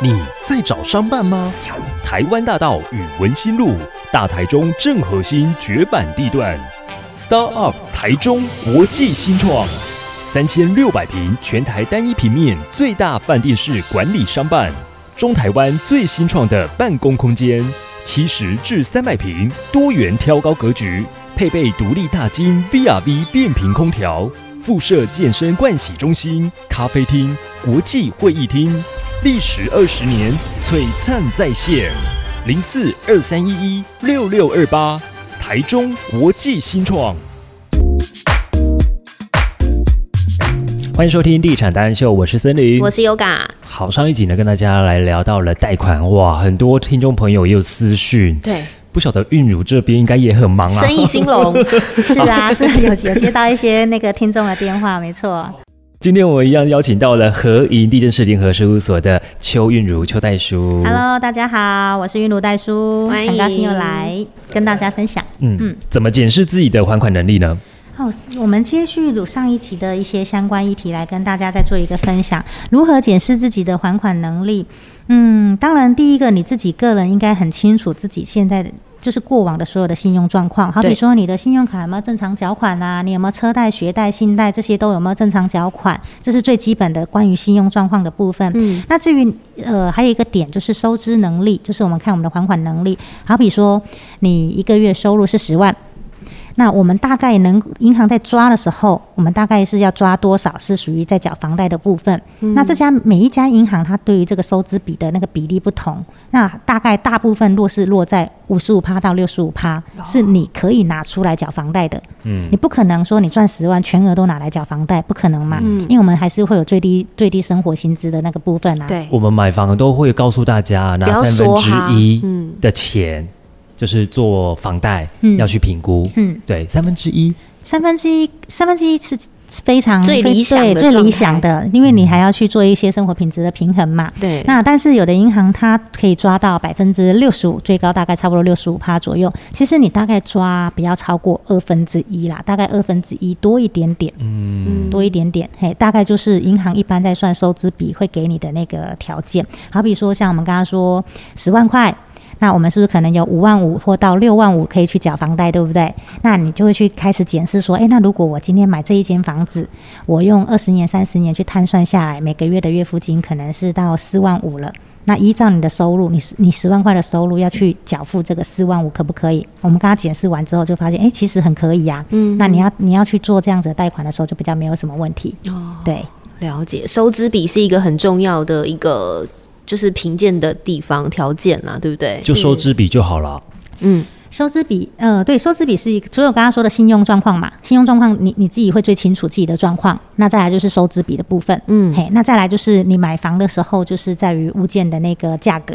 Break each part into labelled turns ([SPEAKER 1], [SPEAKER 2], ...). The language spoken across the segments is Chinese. [SPEAKER 1] 你在找商办吗？台湾大道与文心路，大台中正核心绝版地段，Star Up 台中国际新创，三千六百平全台单一平面最大饭店式管理商办，中台湾最新创的办公空间，七十至三百平多元挑高格局，配备独立大金 VRV 变频空调，附设健身盥洗中心、咖啡厅、国际会议厅。历时二十年，璀璨再现。零四二三一一六六二八，台中国际新创。欢迎收听《地产达人秀》，我是森林，
[SPEAKER 2] 我是 Yoga。
[SPEAKER 1] 好，上一集呢跟大家来聊到了贷款，哇，很多听众朋友也有私讯，
[SPEAKER 2] 对，
[SPEAKER 1] 不晓得韵如这边应该也很忙啊
[SPEAKER 2] 生。意 兴隆，
[SPEAKER 3] 是
[SPEAKER 2] 哦
[SPEAKER 3] 啊，是啊有有接到一些那个听众的电话，没错。
[SPEAKER 1] 今天我们一样邀请到了合营地震士联合事务所的邱韵如、邱代书。
[SPEAKER 3] Hello，大家好，我是韵如代书，
[SPEAKER 2] 欢迎
[SPEAKER 3] 很高兴又来跟大家分享。
[SPEAKER 1] 嗯，怎么检视自己的还款能力呢？
[SPEAKER 3] 好，我们接续鲁上一集的一些相关议题来跟大家再做一个分享，如何检视自己的还款能力。嗯，当然，第一个你自己个人应该很清楚自己现在的。就是过往的所有的信用状况，好比
[SPEAKER 2] 对
[SPEAKER 3] 说你的信用卡有没有正常缴款啊，你有没有车贷、学贷、信贷这些都有没有正常缴款，这是最基本的关于信用状况的部分。
[SPEAKER 2] 嗯，
[SPEAKER 3] 那至于呃，还有一个点就是收支能力，就是我们看我们的还款能力。好比说，你一个月收入是十万，那我们大概能银行在抓的时候，我们大概是要抓多少是属于在缴房贷的部分。那这家每一家银行它对于这个收支比的那个比例不同，那大概大部分落是落在五十五趴到六十五趴，是你可以拿出来缴房贷的。你不可能说你赚十万全额都拿来缴房贷，不可能
[SPEAKER 2] 嗯
[SPEAKER 3] 嘛？因为我们还是会有最低最低生活薪资的那个部分啊。
[SPEAKER 2] 对，
[SPEAKER 1] 我们买房都会告诉大家，拿
[SPEAKER 2] 不要
[SPEAKER 1] 三分
[SPEAKER 2] 梭
[SPEAKER 1] 之
[SPEAKER 2] 哈
[SPEAKER 1] 一
[SPEAKER 2] 嗯
[SPEAKER 1] 的钱，就是做房贷、
[SPEAKER 3] 嗯
[SPEAKER 1] 要去评估。
[SPEAKER 3] 嗯，
[SPEAKER 1] 对，三分之一，
[SPEAKER 3] 三分之一，三分之一是非常
[SPEAKER 2] 最理想的
[SPEAKER 3] 对最
[SPEAKER 2] 状态
[SPEAKER 3] 理想的，因为你还要去做一些生活品质的平衡嘛。
[SPEAKER 2] 对
[SPEAKER 3] 那但是有的银行它可以抓到百分之六十五，最高大概差不多六十五趴左右。其实你大概抓不要超过二分之一啦，大概二分之一多一点点，
[SPEAKER 2] 嗯
[SPEAKER 3] 多一点点，嘿，大概就是银行一般在算收支比会给你的那个条件。好比说像我们刚刚说十万块。那我们是不是可能有五万五或到六万五可以去缴房贷，对不对？那你就会去开始检视说，诶，那如果我今天买这一间房子，我用二十年、三十年去摊算下来，每个月的月付金可能是到四万五了。那依照你的收入，你十你十万块的收入要去缴付这个四万五，可不可以？我们刚刚解释完之后，就发现，诶，其实很可以呀、
[SPEAKER 2] 嗯
[SPEAKER 3] 那你要你要去做这样子的贷款的时候，就比较没有什么问题。
[SPEAKER 2] 哦，
[SPEAKER 3] 对，
[SPEAKER 2] 了解，收支比是一个很重要的一个就是评鉴的地方条件啦，对不对？
[SPEAKER 1] 就收支比就好了。
[SPEAKER 2] 嗯，
[SPEAKER 3] 收支比，呃，对，收支比是一个，除了我刚刚说的信用状况嘛，信用状况你你自己会最清楚自己的状况。那再来就是收支比的部分，
[SPEAKER 2] 嗯
[SPEAKER 3] 嘿，那再来就是你买房的时候，就是在于物件的那个价格，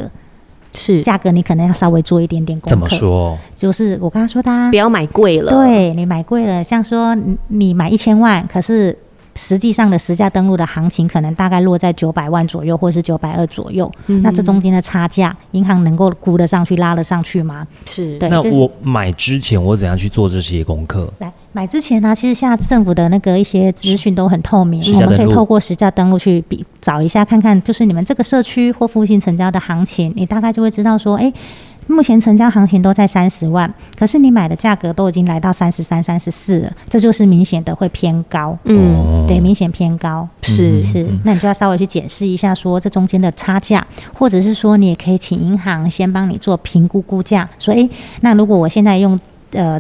[SPEAKER 2] 是，
[SPEAKER 3] 价格你可能要稍微做一点点功课。
[SPEAKER 1] 怎么？说？
[SPEAKER 3] 就是我刚刚说的、啊
[SPEAKER 2] 不，要买贵了，，
[SPEAKER 3] 对你买贵了，像说你你买一千万，可是实际上的实价登录的行情可能大概落在九百万左右，或是九百二左右。
[SPEAKER 2] 嗯
[SPEAKER 3] 那这中间的差价，银行能够估得上去、拉得上去吗？
[SPEAKER 2] 是，
[SPEAKER 3] 对，
[SPEAKER 1] 那
[SPEAKER 3] 就是
[SPEAKER 1] 我买之前我怎样去做这些功课？
[SPEAKER 3] 来买之前呢、其实现在政府的那个一些资讯都很透明
[SPEAKER 1] 实，价
[SPEAKER 3] 我们可
[SPEAKER 1] 登
[SPEAKER 3] 以
[SPEAKER 1] 录
[SPEAKER 3] 透过实价登录去比找一下，看看就是你们这个社区或附近成交的行情，你大概就会知道说，哎、目前成交行情都在三十万，可是你买的价格都已经来到三十三、三十四了，这就是明显的会偏高，
[SPEAKER 2] 嗯，
[SPEAKER 1] 哦
[SPEAKER 3] 对，明显偏高。
[SPEAKER 2] 是
[SPEAKER 1] 嗯
[SPEAKER 3] 是，那你就要稍微去检视一下，说这中间的差价，或者是说你也可以请银行先帮你做评估估价，说，诶，那如果我现在用呃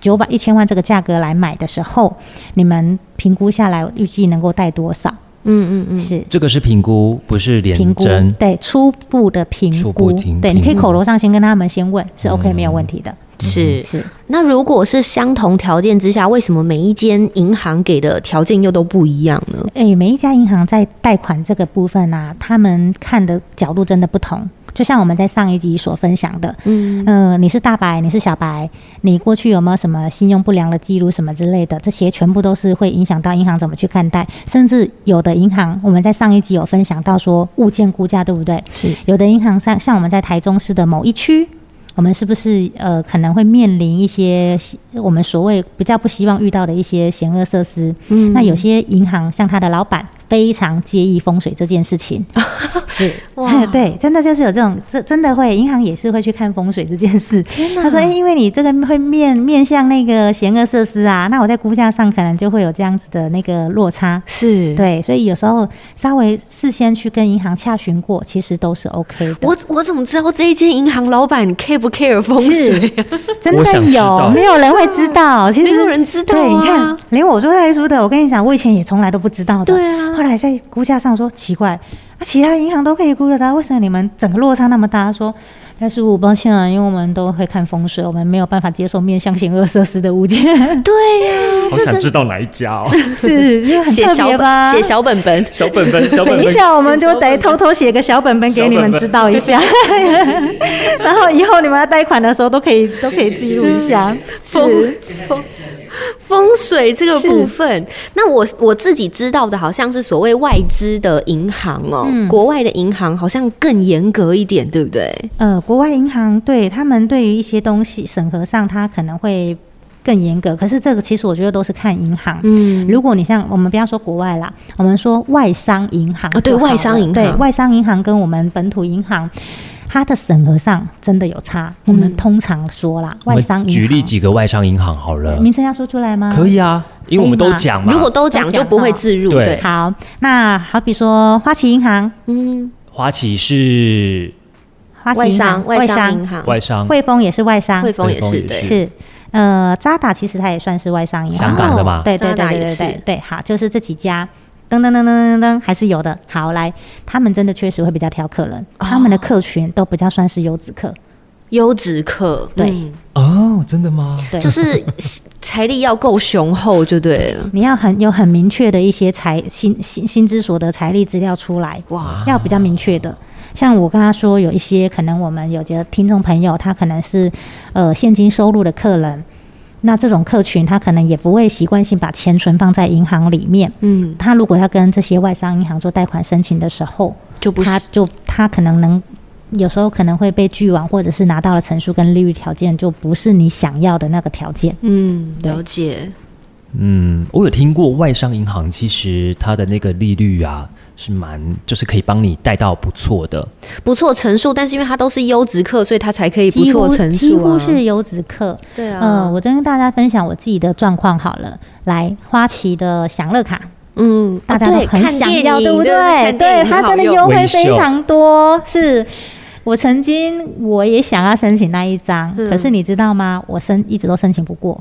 [SPEAKER 3] 九百一千万这个价格来买的时候，你们评估下来预计能够贷多少？
[SPEAKER 2] 嗯嗯嗯，
[SPEAKER 3] 是。
[SPEAKER 1] 这个是评估，不是
[SPEAKER 3] 评
[SPEAKER 1] 连
[SPEAKER 3] 估
[SPEAKER 1] 针。
[SPEAKER 3] 对初步的评
[SPEAKER 1] 初步
[SPEAKER 3] 估
[SPEAKER 1] 评，
[SPEAKER 3] 对，
[SPEAKER 1] 评
[SPEAKER 3] 你可以
[SPEAKER 1] 估嗯
[SPEAKER 3] 口头上先跟他们先问，是 OK 没有问题的，
[SPEAKER 2] 是。
[SPEAKER 3] 是。
[SPEAKER 2] 那如果是相同条件之下，为什么每一间银行给的条件又都不一样呢？
[SPEAKER 3] 诶，每一家银行在贷款这个部分啊，他们看的角度真的不同。就像我们在上一集所分享的，
[SPEAKER 2] 嗯，
[SPEAKER 3] 嗯，你是大白，你是小白，你过去有没有什么信用不良的记录什么之类的？这些全部都是会影响到银行怎么去看待，甚至有的银行，我们在上一集有分享到说物件估价，对不对？
[SPEAKER 2] 是，
[SPEAKER 3] 有的银行像像我们在台中市的某一区，我们是不是呃可能会面临一些我们所谓比较不希望遇到的一些险恶设施？
[SPEAKER 2] 嗯
[SPEAKER 3] 那有些银行像他的老板非常介意风水这件事情。是
[SPEAKER 2] 哇，
[SPEAKER 3] 对，真的就是有这种，这真的会，银行也是会去看风水这件事。
[SPEAKER 2] 天哪！
[SPEAKER 3] 他说：“哎、因为你这个会面面向那个险恶设施啊，那我在估价上可能就会有这样子的那个落差。
[SPEAKER 2] 是，
[SPEAKER 3] 对，所以有时候稍微事先去跟银行洽询过，其实都是 OK 的。
[SPEAKER 2] 我我怎么知道这一间银行老板 care 不 care 风 水啊？
[SPEAKER 3] 真
[SPEAKER 1] 我想
[SPEAKER 3] 的
[SPEAKER 1] 知道
[SPEAKER 3] 有，没有人会知道？其实
[SPEAKER 2] 没有人知道啊
[SPEAKER 3] 对，你看，连我做代书的，我跟你讲，我以前也从来都不知道的。
[SPEAKER 2] 对啊
[SPEAKER 3] 后来在估价上说奇怪，啊，其他银行都可以估得到，为什么你们整个落差那么大？说。但是我抱歉啊，因为我们都会看风水，我们没有办法接受面向型恶设施的物 件，
[SPEAKER 2] 对呀、
[SPEAKER 1] 好
[SPEAKER 2] 这
[SPEAKER 1] 想
[SPEAKER 2] 真
[SPEAKER 1] 知道哪一家哦。
[SPEAKER 3] 是因为很
[SPEAKER 2] 写
[SPEAKER 3] 特别
[SPEAKER 2] 小
[SPEAKER 3] 吧
[SPEAKER 2] 本？写小本本，
[SPEAKER 1] 小本本，小本
[SPEAKER 3] 等一
[SPEAKER 1] 本，
[SPEAKER 3] 下，我们就得偷偷写个小本本给你们知道一 下， 然后以后你们要贷款的时候都可以都可以记录一 下。
[SPEAKER 2] 风
[SPEAKER 3] 是，
[SPEAKER 2] 风风水这个部分，那我我自己知道的，好像是所谓外资的银行哦、
[SPEAKER 3] 嗯
[SPEAKER 2] 国外的银行好像更严格一点，对不对？
[SPEAKER 3] 呃，国外银行对他们对于一些东西审核上，它可能会更严格。可是这个其实我觉得都是看银行。
[SPEAKER 2] 嗯，
[SPEAKER 3] 如果你像我们不要说国外啦，我们说外商银行
[SPEAKER 2] 啊对
[SPEAKER 3] 就好了
[SPEAKER 2] 外商银行
[SPEAKER 3] 对外商银行跟我们本土银行，它的审核上真的有差。
[SPEAKER 2] 嗯
[SPEAKER 3] 我们通常说啦，
[SPEAKER 1] 我
[SPEAKER 3] 外
[SPEAKER 1] 们
[SPEAKER 3] 商银行
[SPEAKER 1] 举例几个外商银行好了，
[SPEAKER 3] 名称要说出来吗？
[SPEAKER 1] 可以啊，因为我们都讲嘛。
[SPEAKER 2] 如果都讲就不会置入，
[SPEAKER 1] 对
[SPEAKER 2] 对，
[SPEAKER 3] 好，那好比说花旗银行、
[SPEAKER 2] 嗯，
[SPEAKER 1] 花旗是
[SPEAKER 3] 花旗
[SPEAKER 2] 外
[SPEAKER 3] 银行、
[SPEAKER 2] 商外
[SPEAKER 3] 外
[SPEAKER 2] 商银
[SPEAKER 3] 商、
[SPEAKER 2] 行，
[SPEAKER 1] 外商，
[SPEAKER 3] 汇丰也是外商
[SPEAKER 2] 汇，丰
[SPEAKER 1] 汇
[SPEAKER 2] 也是
[SPEAKER 1] 丰也
[SPEAKER 2] 对
[SPEAKER 1] 是，
[SPEAKER 3] 是呃，渣打其实它也算是外商银
[SPEAKER 1] 香
[SPEAKER 3] 行，哦
[SPEAKER 1] 港的嘛
[SPEAKER 3] 对对
[SPEAKER 2] 渣
[SPEAKER 3] 对
[SPEAKER 2] 打
[SPEAKER 3] 对
[SPEAKER 2] 也
[SPEAKER 3] 对
[SPEAKER 2] 是
[SPEAKER 3] 对对，好，就是这几家。噔噔噔噔噔噔，还是有的。好，来，他们真的确实会比较挑客人，
[SPEAKER 2] 哦
[SPEAKER 3] 他们的客群都比较算是优质客。
[SPEAKER 2] 优质客，
[SPEAKER 3] 对
[SPEAKER 2] 嗯
[SPEAKER 1] 哦，真的吗？
[SPEAKER 3] 对，
[SPEAKER 2] 就是 财力要够雄厚就对了。
[SPEAKER 3] 你要很有很明确的一些财薪薪薪资所得财力资料出来，
[SPEAKER 2] 哇，
[SPEAKER 3] 要比较明确的。像我跟他说，有一些可能我们有些听众朋友，他可能是呃现金收入的客人，那这种客群他可能也不会习惯性把钱存放在银行里面。
[SPEAKER 2] 嗯，
[SPEAKER 3] 他如果要跟这些外商银行做贷款申请的时候，
[SPEAKER 2] 就不是
[SPEAKER 3] 他就他可能能有时候可能会被拒网，或者是拿到了陈述跟利率条件就不是你想要的那个条件。
[SPEAKER 2] 嗯，
[SPEAKER 3] 对
[SPEAKER 2] 了解。
[SPEAKER 1] 嗯，我有听过外商银行，其实它的那个利率啊是蛮，就是可以帮你贷到不错的。
[SPEAKER 2] 不错陈述，但是因为它都是优质客，所以它才可以不
[SPEAKER 3] 几
[SPEAKER 2] 错
[SPEAKER 3] 乎
[SPEAKER 2] 陈述、啊、
[SPEAKER 3] 几乎是优质客，
[SPEAKER 2] 对啊，
[SPEAKER 3] 嗯、我再跟大家分享我自己的状况好了。来，花旗的享乐卡，
[SPEAKER 2] 嗯，
[SPEAKER 3] 大家
[SPEAKER 2] 哦
[SPEAKER 3] 都
[SPEAKER 2] 对
[SPEAKER 3] 很
[SPEAKER 2] 看
[SPEAKER 3] 想
[SPEAKER 2] 电
[SPEAKER 3] 要，
[SPEAKER 2] 影
[SPEAKER 3] 对不
[SPEAKER 2] 对
[SPEAKER 3] 对？
[SPEAKER 2] 看电
[SPEAKER 3] 对，
[SPEAKER 2] 影
[SPEAKER 3] 它
[SPEAKER 2] 很
[SPEAKER 3] 真的
[SPEAKER 2] 好
[SPEAKER 3] 优
[SPEAKER 2] 用
[SPEAKER 3] 惠
[SPEAKER 1] 微
[SPEAKER 3] 非
[SPEAKER 1] 秀
[SPEAKER 3] 常多。是我曾经我也想要申请那一张，
[SPEAKER 2] 嗯
[SPEAKER 3] 可是你知道吗？我申一直都申请不过，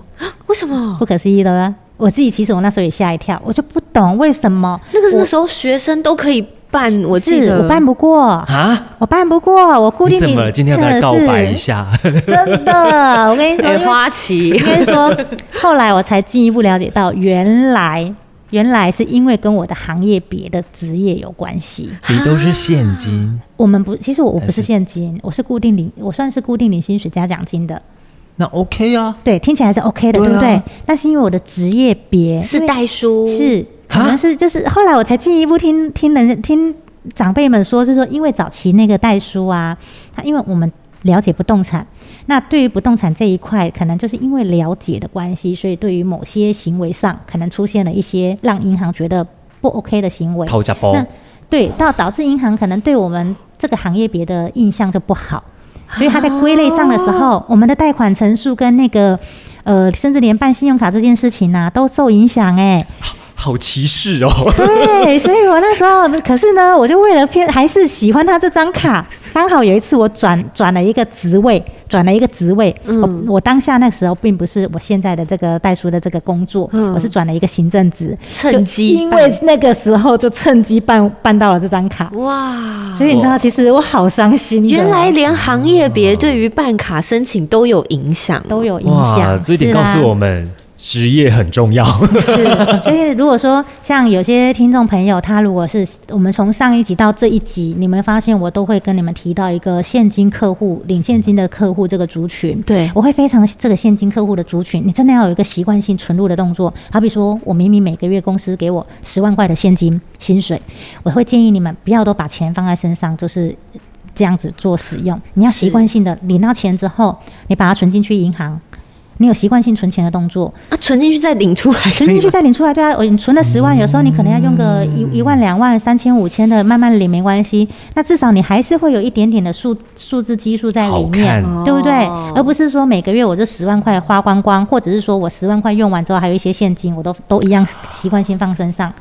[SPEAKER 2] 为什么？
[SPEAKER 3] 不可思议的吧？我自己其实我那时候也吓一跳，我就不懂为什么
[SPEAKER 2] 那个那时候学生都可以办，我记
[SPEAKER 3] 是
[SPEAKER 2] 得
[SPEAKER 3] 我办不过，
[SPEAKER 1] 啊，
[SPEAKER 3] 我办不过，我固
[SPEAKER 1] 你
[SPEAKER 3] 定
[SPEAKER 1] 怎么了？今天要不要来告白一？下？
[SPEAKER 3] 真的是真的，我 跟你说，
[SPEAKER 2] 哎、
[SPEAKER 3] 因为
[SPEAKER 2] 花旗
[SPEAKER 3] 应该说，后来我才进一步了解到，原来原来是因为跟我的行业别的职业有关系。
[SPEAKER 1] 你都是现金，
[SPEAKER 3] 我们不，其实我我
[SPEAKER 1] 哎
[SPEAKER 3] 不
[SPEAKER 1] 还是
[SPEAKER 3] 是现金，我是固定领，我算是固定领薪水加奖金的。
[SPEAKER 1] 那 OK 啊。
[SPEAKER 3] 对，听起来是 OK 的，
[SPEAKER 1] 对
[SPEAKER 3] 对
[SPEAKER 1] 啊
[SPEAKER 3] 不对？但是因为我的职业别
[SPEAKER 2] 是
[SPEAKER 3] 因为
[SPEAKER 2] 代书，
[SPEAKER 3] 是可
[SPEAKER 1] 啊
[SPEAKER 3] 能是就是后来我才进一步听听人听长辈们说，就是说因为早期那个代书啊，他因为我们。了解不动产，那对于不动产这一块，可能就是因为了解的关系，所以对于某些行为上，可能出现了一些让银行觉得不 OK 的行为。
[SPEAKER 1] 掏家包，
[SPEAKER 3] 那对，到导致银行可能对我们这个行业别的印象就不好，所以他在归类上的时候，我们的贷款陈述跟那个呃，甚至连办信用卡这件事情呐、都受影响哎、
[SPEAKER 1] 好歧视 哦！
[SPEAKER 3] 对，所以我那时候，可是呢，我就为了偏还是喜欢他这张卡。刚好有一次我转转了一个职位，转了一个职位，
[SPEAKER 2] 嗯
[SPEAKER 3] 我我当下那时候并不是我现在的这个代书的这个工作，
[SPEAKER 2] 嗯
[SPEAKER 3] 我是转了一个行政职，
[SPEAKER 2] 趁
[SPEAKER 3] 就
[SPEAKER 2] 机
[SPEAKER 3] 因
[SPEAKER 2] 办
[SPEAKER 3] 为那个时候就趁机办办到了这张卡，
[SPEAKER 2] 哇，
[SPEAKER 3] 所以你知道，其实我好伤心的，
[SPEAKER 2] 原来连行业别对于办卡申请都有影响，
[SPEAKER 3] 都有影
[SPEAKER 1] 哇，
[SPEAKER 3] 响。
[SPEAKER 1] 这一点
[SPEAKER 3] 是
[SPEAKER 1] 告
[SPEAKER 3] 啊
[SPEAKER 1] 诉我们，职业很重 要。
[SPEAKER 3] 是，所以如果说像有些听众朋友，他如果是我们从上一集到这一集，你们发现我都会跟你们提到一个现金客户、领现金的客户这个族群。
[SPEAKER 2] 对
[SPEAKER 3] 我会非常这个现金客户的族群，你真的要有一个习惯性存入的动作。好比说，我明明每个月公司给我十万块的现金薪水，我会建议你们不要都把钱放在身上，就是。这样子做使用，你要习惯性的领到钱之后，你把它存进去银行，你有习惯性存钱的动作，
[SPEAKER 2] 啊，存进去再领出来，
[SPEAKER 3] 存进去再领出来，对啊，你存了十万，有时候你可能要用个
[SPEAKER 2] 嗯
[SPEAKER 3] 一一万、两万、三千、五千的，慢慢领没关系。那至少你还是会有一点点的数数字基数在 里
[SPEAKER 1] 好
[SPEAKER 3] 面
[SPEAKER 1] 看，
[SPEAKER 3] 对不对
[SPEAKER 2] 哦？
[SPEAKER 3] 而不是说每个月我这十万块花光光，或者是说我十万块用完之后还有一些现金，我都都一样习惯性放身上。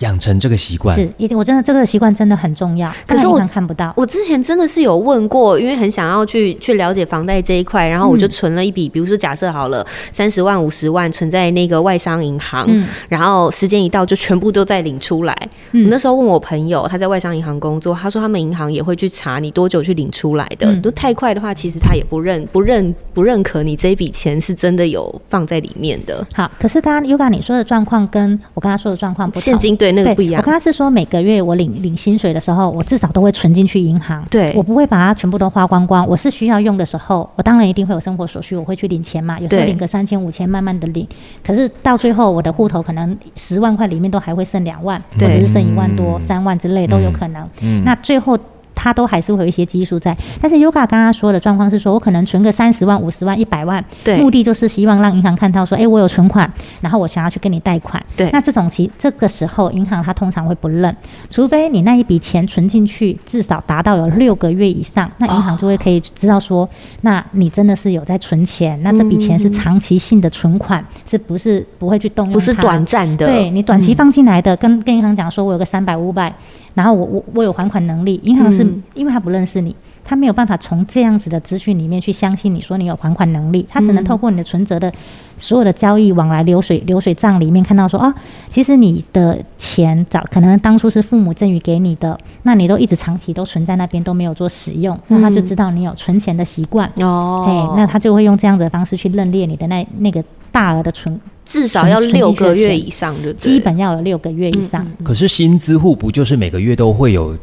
[SPEAKER 1] 养成这个习惯，
[SPEAKER 3] 是，一定我真的这个习惯真的很重要，
[SPEAKER 2] 可是
[SPEAKER 3] 当然
[SPEAKER 2] 我
[SPEAKER 3] 银行看不到。
[SPEAKER 2] 我之前真的是有问过，因为很想要去去了解房贷这一块，然后我
[SPEAKER 3] 嗯
[SPEAKER 2] 就存了一笔，比如说假设好了三十万、五十万存在那个外商银行，
[SPEAKER 3] 嗯
[SPEAKER 2] 然后时间一到就全部都在领出来。
[SPEAKER 3] 嗯
[SPEAKER 2] 我那时候问我朋友，他在外商银行工作，他说他们银行也会去查你多久去领出来的，
[SPEAKER 3] 嗯
[SPEAKER 2] 都太快的话，其实他也不认不认不认可你这笔钱是真的有放在里面的
[SPEAKER 3] 好，可是刚刚 Yoga 你说的状况跟我刚刚说的状况不同。
[SPEAKER 2] 现金，对那个
[SPEAKER 3] 对，
[SPEAKER 2] 不一样
[SPEAKER 3] 我。刚刚是说每个月我领领薪水的时候，我至少都会存进去银行。
[SPEAKER 2] 对
[SPEAKER 3] 我不会把它全部都花光光。我是需要用的时候，我当然一定会有生活所需，我会去领钱嘛。有时候
[SPEAKER 2] 对
[SPEAKER 3] 领个三千、五千，慢慢的领。可是到最后，我的户头可能十万块里面都还会剩两万，或
[SPEAKER 2] 对
[SPEAKER 3] 者是剩一万多、三万之类都有可能。
[SPEAKER 1] 嗯
[SPEAKER 3] 那最后。它都还是会有一些基数在，但是 Yoga 刚刚说的状况是说，我可能存个三十万、五十万、一百万，
[SPEAKER 2] 对
[SPEAKER 3] 目的就是希望让银行看到说，哎、我有存款，然后我想要去跟你贷款。
[SPEAKER 2] 对
[SPEAKER 3] 那这种其这个时候，银行它通常会不认，除非你那一笔钱存进去至少达到有六个月以上，那银行就会可以知道说，那你真的是有在存钱，那这笔钱是长期性的存款，是不是不会去动用它？
[SPEAKER 2] 哦不是短暂的，嗯
[SPEAKER 3] 对你短期放进来的，跟跟银行讲说，我有个三百五百，然后我我我有还款能力，银行是、
[SPEAKER 2] 嗯
[SPEAKER 3] 因为他不认识你，他没有办法从这样子的资讯里面去相信你说你有还款能力，他只
[SPEAKER 2] 嗯
[SPEAKER 3] 能透过你的存折的所有的交易往来流水流水账里面看到说，哦，其实你的钱早可能当初是父母赠予给你的，那你都一直长期都存在那边都没有做使用，那他就
[SPEAKER 2] 嗯
[SPEAKER 3] 知道你有存钱的习惯。
[SPEAKER 2] 哦
[SPEAKER 3] 哎，，那他就会用这样子的方式去认列你的那那个大额的存，
[SPEAKER 2] 至少要
[SPEAKER 3] 存存进去
[SPEAKER 2] 六个
[SPEAKER 3] 的
[SPEAKER 2] 月
[SPEAKER 3] 钱
[SPEAKER 2] 以上就对
[SPEAKER 3] 基本要有六个月以
[SPEAKER 2] 嗯
[SPEAKER 3] 上。
[SPEAKER 1] 嗯可是薪资户不就是每个月都会有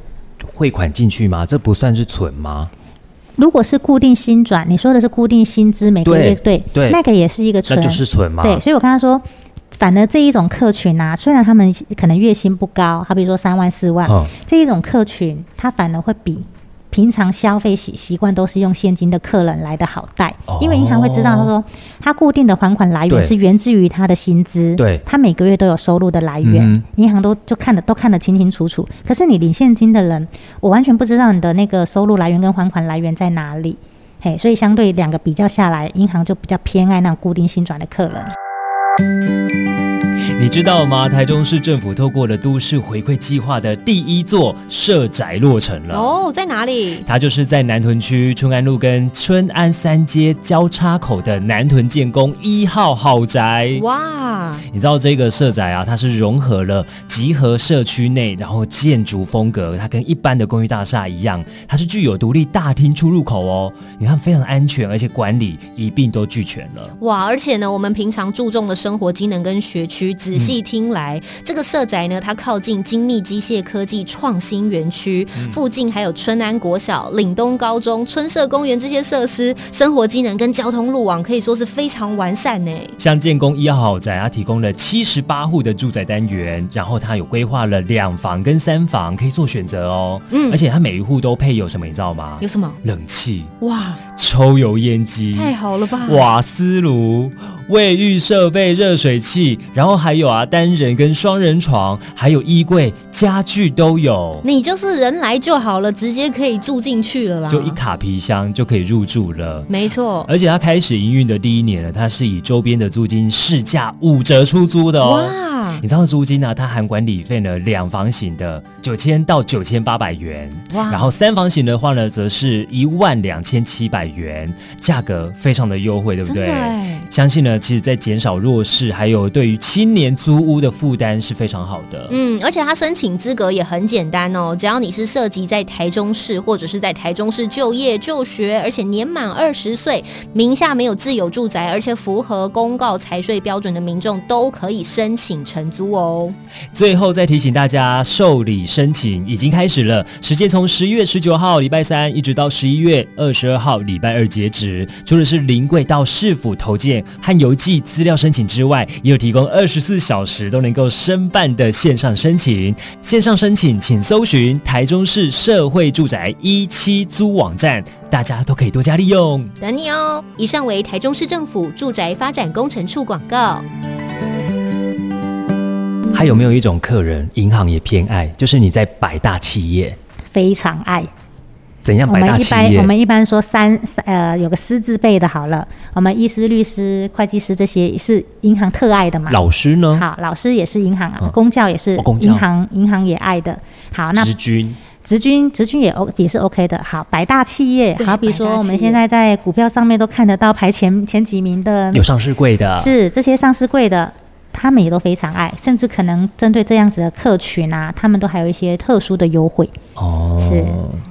[SPEAKER 1] 汇款进去吗？这不算是存吗？
[SPEAKER 3] 如果是固定薪转，你说的是固定薪资每个月
[SPEAKER 1] 对
[SPEAKER 3] 对
[SPEAKER 1] 对
[SPEAKER 3] 那个也是一个
[SPEAKER 1] 那
[SPEAKER 3] 存，
[SPEAKER 1] 就是存嘛。
[SPEAKER 3] 对，所以我刚刚说。反而这一种客群啊，虽然他们可能月薪不高，好比说三万四万、
[SPEAKER 1] 嗯
[SPEAKER 3] 这一种客群，他反而会比平常消费习习惯都是用现金的客人来的好贷，
[SPEAKER 1] 哦
[SPEAKER 3] 因为银行会知道，他说他固定的还款来
[SPEAKER 1] 对
[SPEAKER 3] 源是源自于他的薪资，
[SPEAKER 1] 对
[SPEAKER 3] 他每个月都有收入的来
[SPEAKER 1] 嗯
[SPEAKER 3] 源，银行都就看得都看得清清楚楚。可是你领现金的人，我完全不知道你的那个收入来源跟还款来源在哪里。嘿，所以相对两个比较下来，银行就比较偏爱那种固定薪转的客人。
[SPEAKER 1] 你知道吗？台中市政府透过了都市回馈计划的第一座社宅落成了。
[SPEAKER 2] 哦，在哪里？
[SPEAKER 1] 它就是在南屯区春安路跟春安三街交叉口的南屯建工一号豪宅。
[SPEAKER 2] 哇，
[SPEAKER 1] 你知道这个社宅啊，它是融合了集合社区内，然后建筑风格，它跟一般的公寓大厦一样，它是具有独立大厅出入口哦。你看非常安全，而且管理一并都俱全了。
[SPEAKER 4] 哇，而且呢，我们平常注重的生活机能跟学区，仔细
[SPEAKER 1] 嗯
[SPEAKER 4] 听来，这个社宅呢，它靠近精密机械科技创新园区，
[SPEAKER 1] 嗯
[SPEAKER 4] 附近还有春安国小、岭东高中、春社公园这些设施，生活机能跟交通路网可以说是非常完善呢。
[SPEAKER 1] 像建工一号豪宅，它提供了七十八户的住宅单元，然后它有规划了两房跟三房可以做选择哦。嗯，
[SPEAKER 4] 嗯
[SPEAKER 1] 而且它每一户都配有什么，你知道吗
[SPEAKER 4] 有？什么？
[SPEAKER 1] 冷气、
[SPEAKER 4] 哇，
[SPEAKER 1] 抽油烟机、
[SPEAKER 4] 太好了吧！
[SPEAKER 1] 瓦斯炉、卫浴设备、热水器，然后还有啊单人跟双人床，还有衣柜、家具都有，
[SPEAKER 4] 你就是人来就好了，直接可以住进去了啦。
[SPEAKER 1] 就一卡皮箱就可以入住了。
[SPEAKER 4] 没错，
[SPEAKER 1] 而且它开始营运的第一年呢，它是以周边的租金市价五折出租的哦。
[SPEAKER 4] 哇
[SPEAKER 1] 你知道租金呢、它含管理费呢，两房型的九千到九千八百元，
[SPEAKER 4] 哇
[SPEAKER 1] 然后三房型的话呢，则是一万两千七百元，价格非常的优惠，对不
[SPEAKER 4] 真
[SPEAKER 1] 对
[SPEAKER 4] 的哎？
[SPEAKER 1] 相信呢，其实在减少弱势，还有对于青年租屋的负担是非常好的。
[SPEAKER 4] 嗯，而且它申请资格也很简单哦，只要你是涉及在台中市或者是在台中市就业就学，而且年满二十岁，名下没有自有住宅，而且符合公告财税标准的民众，都可以申请成租哦。
[SPEAKER 5] 最后再提醒大家，受理申请已经开始了，时间从十一月十九号礼拜三一直到十一月二十二号礼拜二截止。除了是临柜到市府投件和邮寄资料申请之外，也有提供二十四小时都能够申办的线上申请。线上申请请搜寻台中市社会住宅一期租网站，大家都可以多加利用。
[SPEAKER 4] 等你哦！以上为台中市政府住宅发展工程处广告。
[SPEAKER 1] 还有没有一种客人，银行也偏爱，就是你在百大企业，
[SPEAKER 3] 非常爱。
[SPEAKER 1] 怎样
[SPEAKER 3] 我
[SPEAKER 1] 百
[SPEAKER 3] 们
[SPEAKER 1] 大
[SPEAKER 3] 一
[SPEAKER 1] 企
[SPEAKER 3] 般
[SPEAKER 1] 业
[SPEAKER 3] 我？们一般说三三呃有个师字辈的好了，我们医师、律师、会计师这些是银行特爱的嘛。
[SPEAKER 1] 老师呢？
[SPEAKER 3] 好，老师也是银行啊
[SPEAKER 1] 嗯，
[SPEAKER 3] 公教也是
[SPEAKER 1] 哦公教
[SPEAKER 3] 银行，银行也爱的。好，那
[SPEAKER 1] 直军
[SPEAKER 3] 职军职军也 O 也是 OK 的。好，百大企业，
[SPEAKER 4] 对
[SPEAKER 3] 好比
[SPEAKER 4] 百大
[SPEAKER 3] 说
[SPEAKER 4] 企业
[SPEAKER 3] 我们现在在股票上面都看得到排前前几名的，
[SPEAKER 1] 有啊上市柜的，
[SPEAKER 3] 嗯是这些上市柜的。他们也都非常爱，甚至可能针对这样子的客群啊，他们都还有一些特殊的优惠。
[SPEAKER 1] 哦，
[SPEAKER 3] 是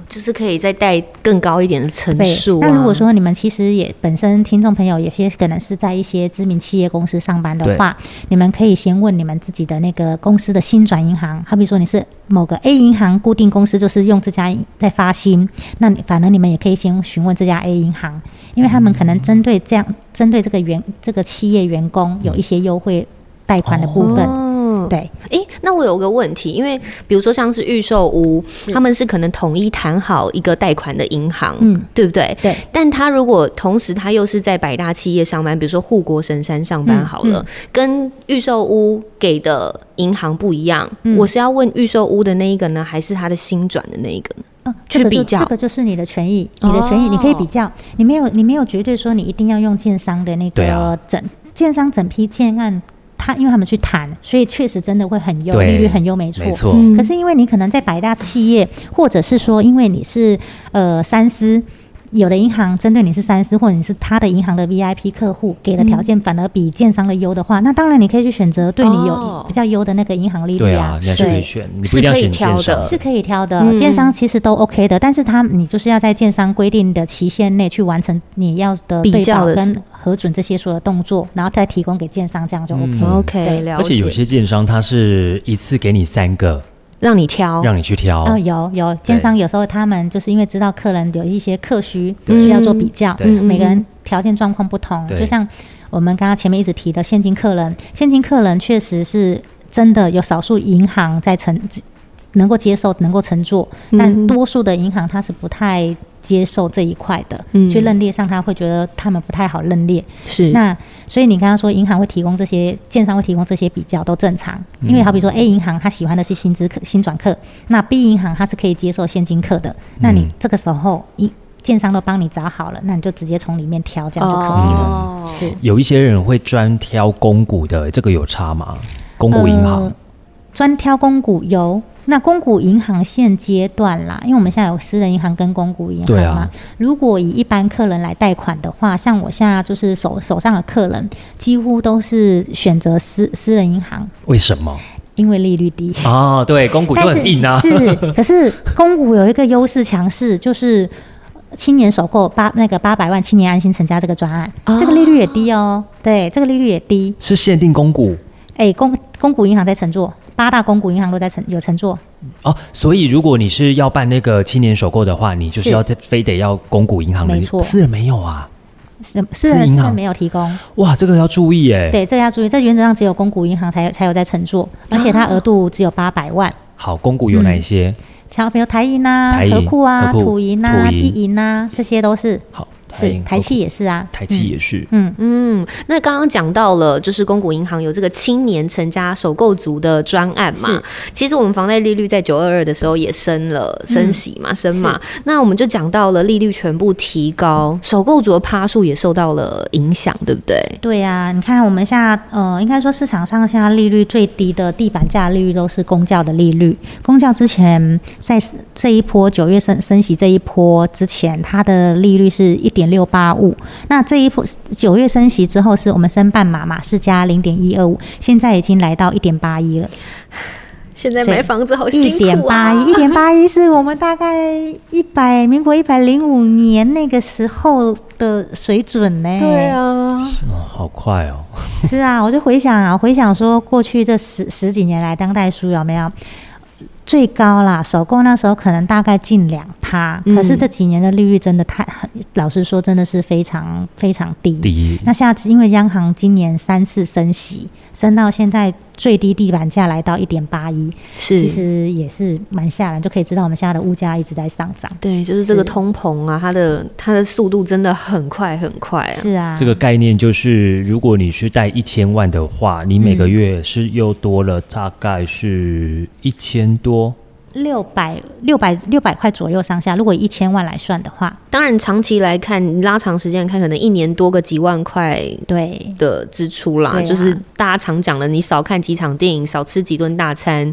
[SPEAKER 2] 就是可以再带更高一点的层
[SPEAKER 3] 对，
[SPEAKER 2] 数、啊。
[SPEAKER 3] 那如果说你们其实也本身听众朋友有些可能是在一些知名企业公司上班的话，你们可以先问你们自己的那个公司的薪转银行，好比说你是某个 A 银行固定公司，就是用这家在发薪，那你反正你们也可以先询问这家 A 银行，因为他们可能针对这样针对这个员这个企业员工有一些优惠贷款的部分，
[SPEAKER 2] 哦，
[SPEAKER 3] 对，
[SPEAKER 2] 哎、那我有个问题，因为比如说像是预售屋，他们是可能统一谈好一个贷款的银行，
[SPEAKER 3] 嗯
[SPEAKER 2] 对不对？
[SPEAKER 3] 对。
[SPEAKER 2] 但他如果同时他又是在百大企业上班，比如说护国神山上班
[SPEAKER 3] 嗯
[SPEAKER 2] 好了，跟预售屋给的银行不一样，
[SPEAKER 3] 嗯
[SPEAKER 2] 我是要问预售屋的那一个呢，还是他的新转的那一个呢？
[SPEAKER 3] 嗯，
[SPEAKER 2] 去
[SPEAKER 3] 这个
[SPEAKER 2] 比
[SPEAKER 3] 就
[SPEAKER 2] 较
[SPEAKER 3] 这个就是你的权益，你的权益
[SPEAKER 2] 哦
[SPEAKER 3] 你可以比较，你没有你没有绝对说你一定要用建商的那
[SPEAKER 1] 对
[SPEAKER 3] 个
[SPEAKER 1] 啊
[SPEAKER 3] 整、建商整批建案，他因为他们去谈，所以确实真的会很优，
[SPEAKER 1] 对
[SPEAKER 3] 利率很优，没错。嗯
[SPEAKER 1] 没错，
[SPEAKER 3] 可是因为你可能在百大企业，或者是说因为你是呃三思。有的银行针对你是三思，或者你是他的银行的 VIP 客户，给的条
[SPEAKER 2] 嗯
[SPEAKER 3] 件反而比建商的优的话，那当然你可以去选择对你有
[SPEAKER 2] 哦
[SPEAKER 3] 比较优的那个银行利率
[SPEAKER 1] 对啊，你还是可以选，你不一定要选建商，
[SPEAKER 3] 是可以挑的，
[SPEAKER 2] 嗯
[SPEAKER 3] 建商其实都 OK 的，但是他你就是要在建商规定的期限内去完成你要的
[SPEAKER 2] 比
[SPEAKER 3] 对
[SPEAKER 2] 较
[SPEAKER 3] 保
[SPEAKER 2] 的
[SPEAKER 3] 跟核准这些所有的动作，然后再提供给建商，这样就 OK。
[SPEAKER 1] 嗯
[SPEAKER 2] 哦 OK，
[SPEAKER 3] 对
[SPEAKER 2] 了
[SPEAKER 1] 而
[SPEAKER 2] 解。
[SPEAKER 1] 且有些建商他是一次给你三个，
[SPEAKER 2] 让你挑，
[SPEAKER 1] 让你去挑，
[SPEAKER 3] 哦，有有，建商有时候他们就是因为知道客人有一些客需
[SPEAKER 2] 对
[SPEAKER 3] 需要做比较，
[SPEAKER 1] 对
[SPEAKER 3] 嗯每个人条件状况不同，
[SPEAKER 1] 对
[SPEAKER 3] 就像我们刚刚前面一直提的现金客人，现金客人确实是真的有少数银行在承能够接受，能够乘坐，但
[SPEAKER 2] 嗯
[SPEAKER 3] 多数的银行它是不太接受这一块的，
[SPEAKER 2] 嗯
[SPEAKER 3] 去认列上他会觉得他们不太好认列，
[SPEAKER 2] 是
[SPEAKER 3] 那所以你刚刚说银行会提供这些，建商会提供这些比较都正常，
[SPEAKER 2] 嗯
[SPEAKER 3] 因为好比说 A 银行他喜欢的是薪资客、薪转客，那 B 银行它是可以接受现金客的，那
[SPEAKER 2] 嗯
[SPEAKER 3] 你这个时候一建商都帮你找好了，那你就直接从里面挑，这样就可以了。
[SPEAKER 2] 哦，
[SPEAKER 3] 是
[SPEAKER 1] 有一些人会专挑公股的，这个有差吗？公股银行
[SPEAKER 3] 呃、专挑公股油。那公股银行现阶段啦，因为我们现在有私人银行跟公股银行
[SPEAKER 1] 对
[SPEAKER 3] 嘛，
[SPEAKER 1] 啊
[SPEAKER 3] 如果以一般客人来贷款的话，像我现在就是手手上的客人，几乎都是选择私私人银行，
[SPEAKER 1] 为什么？
[SPEAKER 3] 因为利率低。
[SPEAKER 1] 啊，对，公股就
[SPEAKER 3] 但是
[SPEAKER 1] 很硬啊，
[SPEAKER 3] 是，可是公股有一个优势强势，就是青年首购八那个八百万青年安心成家这个专案，
[SPEAKER 2] 哦
[SPEAKER 3] 这个利率也低哦。对，这个利率也低。
[SPEAKER 1] 是限定公股
[SPEAKER 3] 哎，公公股银行在乘坐，八大公股银行都在乘有乘坐。
[SPEAKER 1] 哦。所以如果你是要办那个青年首购的话，你就是
[SPEAKER 3] 是
[SPEAKER 1] 要非得要公股银行的，
[SPEAKER 3] 没错
[SPEAKER 1] 私人没有啊。
[SPEAKER 3] 是
[SPEAKER 1] 私
[SPEAKER 3] 私人
[SPEAKER 1] 银
[SPEAKER 3] 是
[SPEAKER 1] 行
[SPEAKER 3] 没有提供，
[SPEAKER 1] 哇，这个要注意哎。，
[SPEAKER 3] 对，这个要注意，这原则上只有公股银行才有才有在乘
[SPEAKER 1] 啊
[SPEAKER 3] 坐，而且它额度只有八百万。
[SPEAKER 1] 好，公股有哪一些？
[SPEAKER 3] 嗯像比如台银啊
[SPEAKER 1] 台、银
[SPEAKER 3] 和库啊、
[SPEAKER 1] 和库
[SPEAKER 3] 土银啊、
[SPEAKER 1] 土银
[SPEAKER 3] 地银啊，这些都是
[SPEAKER 1] 好，台
[SPEAKER 3] 是
[SPEAKER 1] 银
[SPEAKER 3] 台气，也是啊，
[SPEAKER 1] 台气也是。
[SPEAKER 3] 嗯，
[SPEAKER 2] 嗯，那刚刚讲到了，就是公股银行有这个青年成家首购族的专案嘛
[SPEAKER 3] 是。
[SPEAKER 2] 其实我们房贷利率在九二二的时候也升了，升息嘛，升嘛。那我们就讲到了利率全部提高，首购族的趴数也受到了影响，对不对？
[SPEAKER 3] 对呀、你看我们现在呃，应该说市场上现在利率最低的地板价利率都是公教的利率。公教之前在这一波九月升升息这一波之前，它的利率是一点六八五。那这一波九月升息之后，是我们升半码嘛，是加零点一二五，现在已经来到一点八一了。
[SPEAKER 2] 现在买房子好
[SPEAKER 3] 一
[SPEAKER 2] 辛
[SPEAKER 3] 点
[SPEAKER 2] 苦
[SPEAKER 3] 八
[SPEAKER 2] 啊！
[SPEAKER 3] 一，一点八一是我们大概一百民国一百零五年那个时候的水准呢、
[SPEAKER 2] 对，啊，
[SPEAKER 5] 哦，好快哦，
[SPEAKER 3] 是啊，我就回想啊，回想说过去这十十几年来，当代书有没有最高啦？首购那时候可能大概近两趴，
[SPEAKER 2] 嗯
[SPEAKER 3] 可是这几年的利率真的太，很老实说，真的是非常非常低。
[SPEAKER 5] 第一，
[SPEAKER 3] 那下次因为央行今年三次升息，升到现在最低地板价来到一点八一，其
[SPEAKER 2] 是。
[SPEAKER 3] 实也是蛮吓人，就可以知道我们现在的物价一直在上涨。
[SPEAKER 2] 对，就是这个
[SPEAKER 3] 是
[SPEAKER 2] 通膨啊，它的它的速度真的很快很快啊。
[SPEAKER 3] 是啊，
[SPEAKER 5] 这个概念就是，如果你是贷一千万的话，你每个月是又多了大概是一千多，
[SPEAKER 3] 六百六百六百块左右上下，如果以一千万来算的话，
[SPEAKER 2] 当然，长期来看，拉长时间看，可能一年多个几万块
[SPEAKER 3] 对。
[SPEAKER 2] 的支出啦，
[SPEAKER 3] 对啊
[SPEAKER 2] 就是大家常讲的，你少看几场电影，少吃几顿大餐，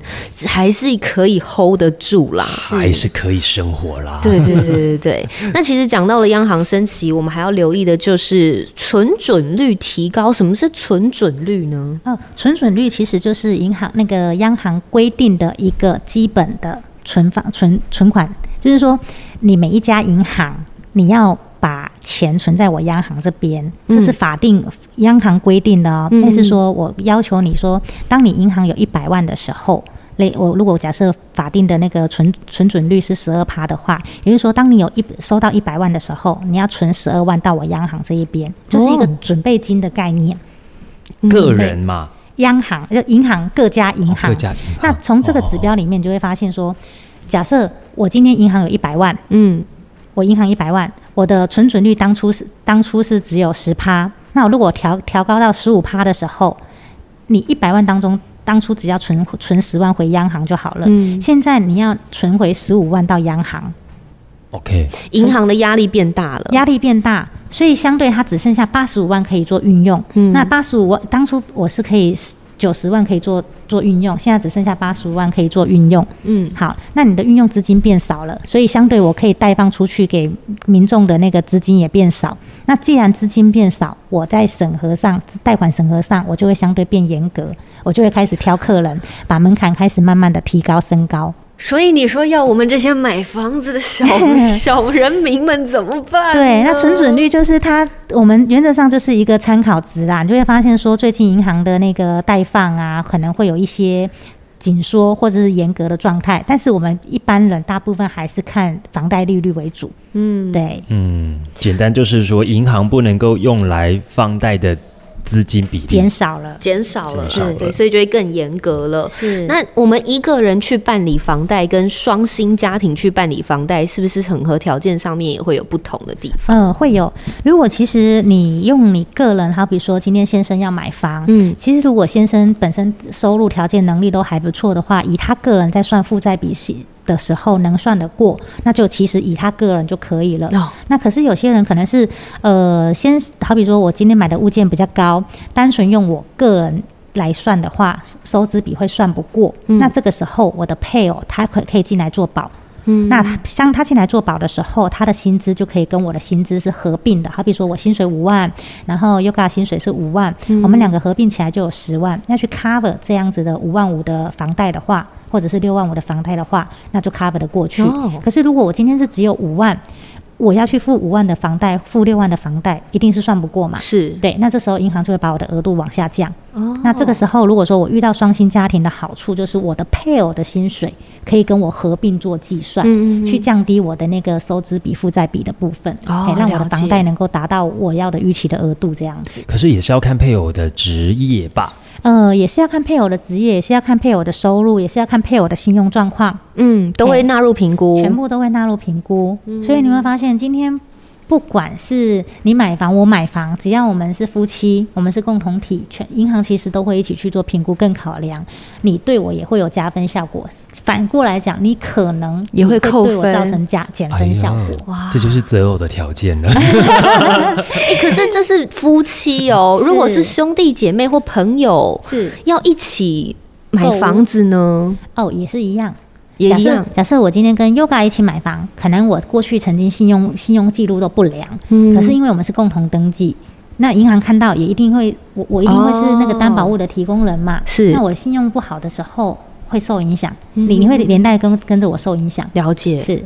[SPEAKER 2] 还是可以 hold 得住啦。
[SPEAKER 5] 还是可以生活啦。
[SPEAKER 2] 对对对对对。 那其实讲到了央行升息，我们还要留意的就是存准率提高。什么是存准率呢？
[SPEAKER 3] 哦，存准率其实就是银行那个央行规定的一个基本的存放存存款，就是说你每一家银行你要把钱存在我央行这边，
[SPEAKER 2] 嗯
[SPEAKER 3] 这是法定央行规定的哦。
[SPEAKER 2] 嗯
[SPEAKER 3] 那、是说我要求你说，当你银行有一百万的时候。类我如果假设法定的那个存存准率是十二趴的话，也就是说，当你有一收到一百万的时候，你要存十二万到我央行这一边，就是一个
[SPEAKER 2] 哦
[SPEAKER 3] 准备金的概念。
[SPEAKER 2] 嗯
[SPEAKER 5] 个人嘛，
[SPEAKER 3] 央行就银行各家嗯
[SPEAKER 1] 哦
[SPEAKER 3] 银行，
[SPEAKER 5] 哦各家银哦行
[SPEAKER 3] 那从这个指标里面，你就会发现说，假设我今天银行有一百万，
[SPEAKER 2] 嗯，
[SPEAKER 3] 我银行一百万，我的存准率当初是当初是只有十趴，那我如果调调高到十五趴的时候，你一百万当中当初只要存存十万回央行就好了，
[SPEAKER 2] 嗯
[SPEAKER 3] 现在你要存回十五万到央行，
[SPEAKER 5] 哦 OK，
[SPEAKER 2] 银行的压力变大了。
[SPEAKER 3] 压力变大，所以相对它只剩下八十五万可以做运用。
[SPEAKER 2] 嗯
[SPEAKER 3] 那八十五万当初我是可以九十万可以做做运用，现在只剩下八十五万可以做运用。
[SPEAKER 2] 嗯，
[SPEAKER 3] 好，那你的运用资金变少了，所以相对我可以贷放出去给民众的那个资金也变少。那既然资金变少，我在审核上贷款审核上，我就会相对变严格，我就会开始挑客人，把门槛开始慢慢的提高升高。
[SPEAKER 2] 所以你说要我们这些买房子的小 小人民们怎么办呢？
[SPEAKER 3] 对，那存准率就是它，我们原则上就是一个参考值啦。你就会发现说，最近银行的那个贷放啊，可能会有一些紧缩或者是严格的状态，但是我们一般人大部分还是看房贷利率为主。嗯，对，
[SPEAKER 5] 嗯，简单就是说，银行不能够用来放贷的资金比例
[SPEAKER 3] 减。少了。
[SPEAKER 2] 减少
[SPEAKER 5] 减
[SPEAKER 2] 了，
[SPEAKER 5] 少了
[SPEAKER 2] 对，所以就会更严格了。
[SPEAKER 3] 嗯是
[SPEAKER 2] 那我们一个人去办理房贷，跟双薪家庭去办理房贷，是不是审核条件上面也会有不同的地方？
[SPEAKER 3] 呃，会有。如果其实你用你个人，好比说今天先生要买房，
[SPEAKER 2] 嗯
[SPEAKER 3] 其实如果先生本身收入条件能力都还不错的话，以他个人在算负债比系的时候能算得过，那就其实以他个人就可以了。
[SPEAKER 2] 哦
[SPEAKER 3] 那可是有些人可能是呃，先好比说我今天买的物件比较高，单纯用我个人。来算的话，收支比会算不过。
[SPEAKER 2] 嗯
[SPEAKER 3] 那这个时候，我的配偶他可可以进来做保，
[SPEAKER 2] 嗯
[SPEAKER 3] 那他像他进来做保的时候，他的薪资就可以跟我的薪资是合并的。好比说我薪水五万，然后 Yoga 薪水是五万，
[SPEAKER 2] 嗯
[SPEAKER 3] 我们两个合并起来就有十万。要去 cover 这样子的五万五的房贷的话，或者是六万五的房贷的话，那就 cover 得过去。
[SPEAKER 2] 哦
[SPEAKER 3] 可是如果我今天是只有五万，我要去付五万的房贷，付六万的房贷，一定是算不过嘛。
[SPEAKER 2] 是
[SPEAKER 3] 对，那这时候银行就会把我的额度往下降。
[SPEAKER 2] 哦
[SPEAKER 3] 那这个时候，如果说我遇到双薪家庭的好处，就是我的配偶的薪水可以跟我合并做计算，
[SPEAKER 2] 嗯嗯嗯
[SPEAKER 3] 去降低我的那个收支比负债比的部分，哎
[SPEAKER 2] 哦
[SPEAKER 3] 诶让我的
[SPEAKER 2] 了
[SPEAKER 3] 房
[SPEAKER 2] 解
[SPEAKER 3] 贷能够达到我要的预期的额度，这样子。
[SPEAKER 5] 可是也是要看配偶的职业吧。
[SPEAKER 3] 呃，也是要看配偶的职业，也是要看配偶的收入，也是要看配偶的信用状况，
[SPEAKER 2] 嗯都会纳入评估，
[SPEAKER 3] 全部都会纳入评估。
[SPEAKER 2] 嗯
[SPEAKER 3] 所以你会发现，今天不管是你买房，我买房，只要我们是夫妻，我们是共同体，全银行其实都会一起去做评估跟考量。你对我也会有加分效果，反过来讲，你可能
[SPEAKER 2] 也会扣
[SPEAKER 3] 对我
[SPEAKER 2] 分哎
[SPEAKER 3] 造成加减分效
[SPEAKER 1] 哎
[SPEAKER 3] 果。
[SPEAKER 2] 哇
[SPEAKER 5] 这就是择偶的条件 了。
[SPEAKER 2] 哎、可是这是夫妻哦，
[SPEAKER 3] 是
[SPEAKER 2] 如果 是兄弟姐妹或朋友
[SPEAKER 3] 是
[SPEAKER 2] 要一起买房子呢，
[SPEAKER 3] 哦，也是一样。
[SPEAKER 2] 也
[SPEAKER 3] 假
[SPEAKER 2] 一
[SPEAKER 3] 设
[SPEAKER 2] 样，
[SPEAKER 3] 假设我今天跟 Yoga 一起买房，可能我过去曾经信用信用记录都不良，
[SPEAKER 2] 嗯
[SPEAKER 3] 可是因为我们是共同登记，那银行看到哦也一定会，我我一定会是那个担保物的提供人嘛。嗯
[SPEAKER 2] 是
[SPEAKER 3] 那我信用不好的时候，会受影响，你你会连带跟跟着我受影响。
[SPEAKER 2] 了解，
[SPEAKER 3] 是，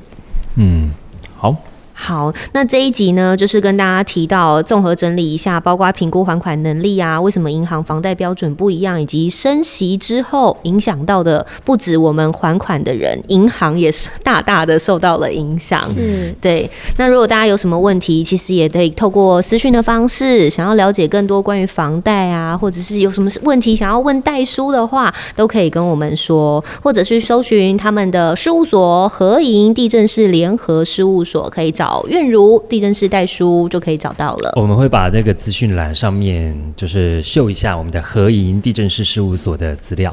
[SPEAKER 5] 嗯，好，
[SPEAKER 2] 好，那这一集呢，就是跟大家提到综合整理一下，包括评估还款能力啊，为什么银行房贷标准不一样，以及升息之后影响到的不止我们还款的人，银行也是大大的受到了影响。
[SPEAKER 4] 是
[SPEAKER 2] 对，那如果大家有什么问题，其实也可以透过私讯的方式，想要了解更多关于房贷啊，或者是有什么问题想要问代书的话，都可以跟我们说，或者去搜寻他们的事务所合营地震室联合事务所，可以找韵如地震室代书就可以找到了。
[SPEAKER 1] 我们会把那个资讯栏上面就是秀一下我们的合营地震师事务所的资料。